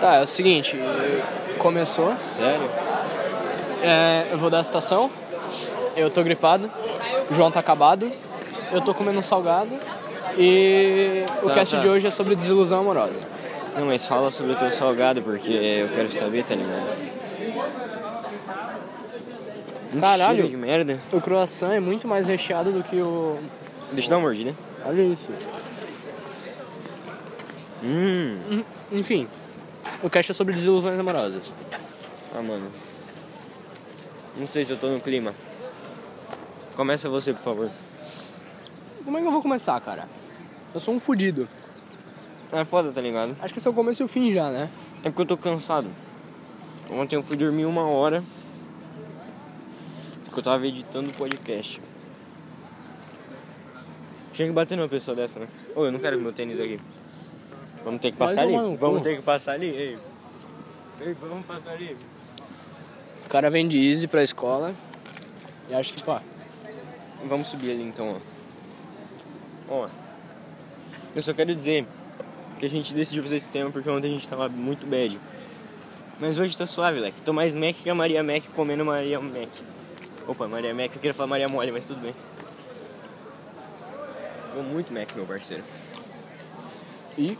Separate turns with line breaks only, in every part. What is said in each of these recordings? Tá, é o seguinte, começou.
Sério?
É, eu vou dar a citação. Eu tô gripado, o João tá acabado, eu tô comendo um salgado e o
Tá,
cast
tá.
de hoje é sobre desilusão amorosa.
Não, mas fala sobre o teu salgado, porque eu quero saber, tá ligado? Um
Caralho.
cheiro de merda.
O croissant é muito mais recheado do que o.
Deixa eu dar uma mordida.
Olha isso.
Hum.
Hum, Enfim, o cast é sobre desilusões amorosas.
Ah, mano. Não sei se eu tô no clima. Começa você, por favor.
Como é que eu vou começar, cara? Eu sou um fudido.
É foda, tá ligado?
Acho que esse é o começo e o fim já, né?
É porque eu tô cansado. Ontem eu fui dormir uma hora. Porque eu tava editando o podcast. Tinha que bater numa pessoa dessa, né? Ô, eu não quero meu tênis aqui. Vamos ter que
Vai
passar ali?
tomar no
Vamos
cu.
ter que passar ali? Ei. Ei, vamos passar ali.
O cara vem de Easy pra escola e acho que, pá,
Vamos subir ali então, ó. Ó. Eu só quero dizer que a gente decidiu fazer esse tema porque ontem a gente tava muito bad. Mas hoje tá suave, leque. Tô mais Mac que a Maria Mac comendo Maria Mac. Opa, Maria Mac, eu queria falar Maria Mole, mas tudo bem. Tô muito Mac, meu parceiro.
e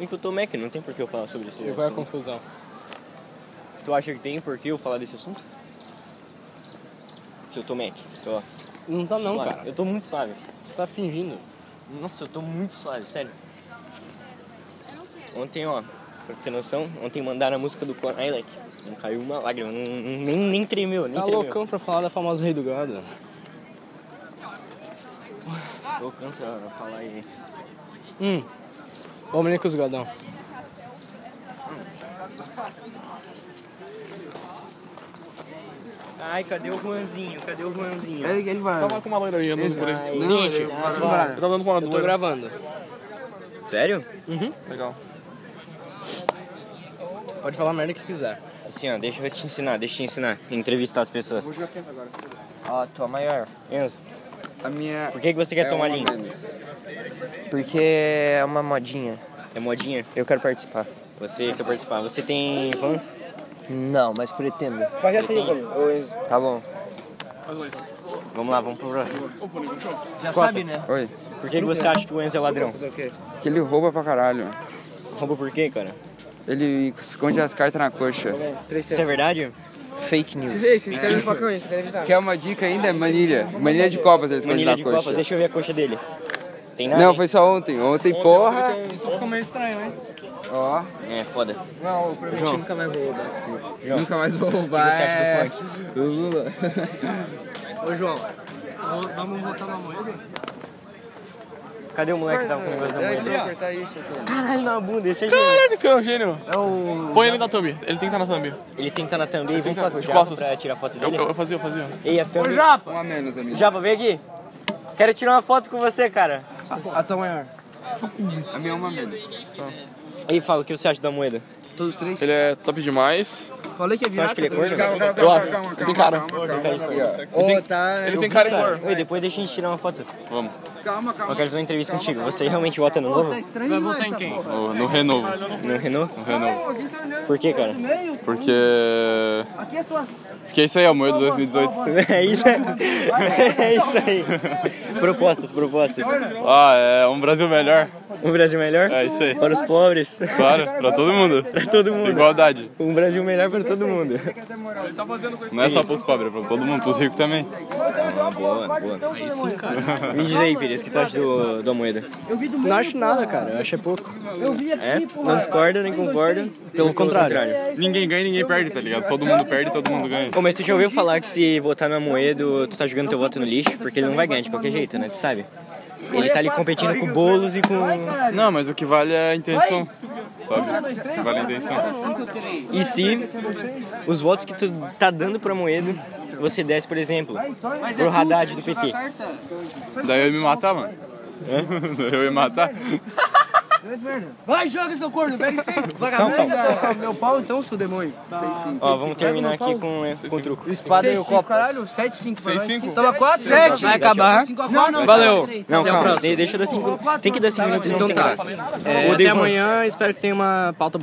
E É que eu tô Mac, não tem por que eu falar sobre isso.
vai a confusão.
Tu acha que tem por que eu falar desse assunto? Se eu tô Mac, tô.
Não tá não,
suave.
cara.
Eu tô muito suave.
Tá fingindo.
Nossa, eu tô muito suave, sério. Ontem, ó, pra ter noção, ontem mandaram a música do Corn. Ai, like, não caiu uma lágrima, não- não- nem, nem tremeu, nem
Tá
tremeu.
loucão pra falar da famosa Rei do Gado.
Tô cansado de falar aí.
Hum. Vamos ali com os gadão.
Ai, cadê o Juanzinho? Cadê o Juanzinho?
Ele, ele vai.
Tava com uma laranjinha nos
Ai,
brancos.
Gente,
eu-
Eu tava dando com uma
eu tô
loira.
gravando.
Sério?
Legal.
Pode falar a merda que quiser.
Assim, ó, deixa eu te ensinar, deixa eu te ensinar. Entrevistar as pessoas. Ó, tua maior. Enzo,
A minha.
por que, que você quer
é
tomar
uma
linha?
menos.
Porque é uma modinha.
É modinha?
Eu quero participar.
Você quer participar? Você tem fãs?
Não, mas pretendo.
Mas já sei como.
Tá bom.
Vamos lá, vamos pro próximo.
Já sabe, né?
Oi.
Por que, que você acha que o Enzo é ladrão?
Que ele rouba pra caralho.
Rouba por quê, cara?
Ele esconde as cartas na coxa.
Isso é verdade?
Fake news.
Quer uma dica ainda? Manilha. Manilha de copas ele esconde
Manilha
na
de
coxa.
Copas, deixa eu ver a coxa dele. Tem nada?
Não,
hein?
foi só ontem. Ontem, porra.
Ficou meio estranho, hein?
Ó.
É, foda.
Não, o João. nunca mais vou roubar. Nunca mais vou roubar.
você acha do
é, O Lula.
Ô, João. Vamos voltar na moeda?
Cadê o moleque que tava com o negócio da mulher?
cortar isso
Caralho, na bunda, esse é gênio.
Caraca, esse cara é um gênio. Põe ele na thumb. Ele tem que estar na thumb.
Ele tem que estar na thumb aí, vamos falar com o
De
Japa
costas.
pra tirar foto
Eu,
dele.
eu, eu fazia, eu fazia.
Ei, a thumb...
Um a menos, amigo.
Japa, vem aqui. Quero tirar uma foto com você, cara.
A tua maior.
A minha é uma menos.
Ei, fala, o que você acha da moeda?
Todos os três?
Ele é top demais.
Falei que é
Tu acha que ele é corno?
Calma, calma,
Eu
calma,
acho.
calma,
Tem
calma,
cara.
calma,
Tem cara de
calma.
corno.
Ô, tá.
Ele tem cara de cor.
Ei, depois deixa a gente tirar uma foto.
Vamos.
Calma,
Eu
tá calma.
quero fazer uma entrevista contigo. Você realmente vota no novo?
Vai voltar em quem?
No, no renovo.
No Renault?
No renovo.
Por quê, cara?
Porque. Porque isso aí é o meu de 2018.
É isso aí. É isso aí. Propostas, propostas.
Ah, é um Brasil melhor.
Um Brasil melhor?
É isso aí.
Para os pobres.
Claro, pra todo mundo.
Pra todo mundo.
Igualdade.
Um Brasil melhor para todo mundo.
Não é só pros pobres, é pra todo mundo, pros ricos também.
Boa, boa. Aí sim, cara. Me diz aí, Pires, o que tu acha do, da moeda?
Não acho nada, cara. Eu acho é pouco.
É? Não discorda, nem concorda.
Pelo contrário.
Ninguém ganha e ninguém perde, tá ligado? Todo mundo perde e todo mundo ganha.
Ô, mas tu já ouviu falar que se votar no Amoedo, tu tá jogando teu voto no lixo? Porque ele não vai ganhar de qualquer jeito, né? Tu sabe? Ele tá ali competindo com bolos e com.
Não, mas o que vale é a intenção.
Um,
Sabe? O que vale é a intenção.
E se os votos que tu tá dando pro Amoedo, você desse, por exemplo, pro Haddad do PT?
Daí eu ia me matar, mano. Daí eu ia me matar.
Vai, joga seu corno, pega licença,
Então,
Calma,
vagabundo.
calma.
Meu pau então, seu demônio.
Ó, vamos terminar aqui com, com o truco.
Espada e o copo. Caralho, 7, 5.
6-5?
Tava 4,
7.
Vai acabar.
Cinco a quatro.
Valeu.
Não,
Até a
calma,
próxima.
de- deixa eu dar cinco. Tem que dar cinco minutos, não
Então
tem
tá.
mais.
É,
Ô,
até
Devon,
amanhã. Espero que tenha uma pauta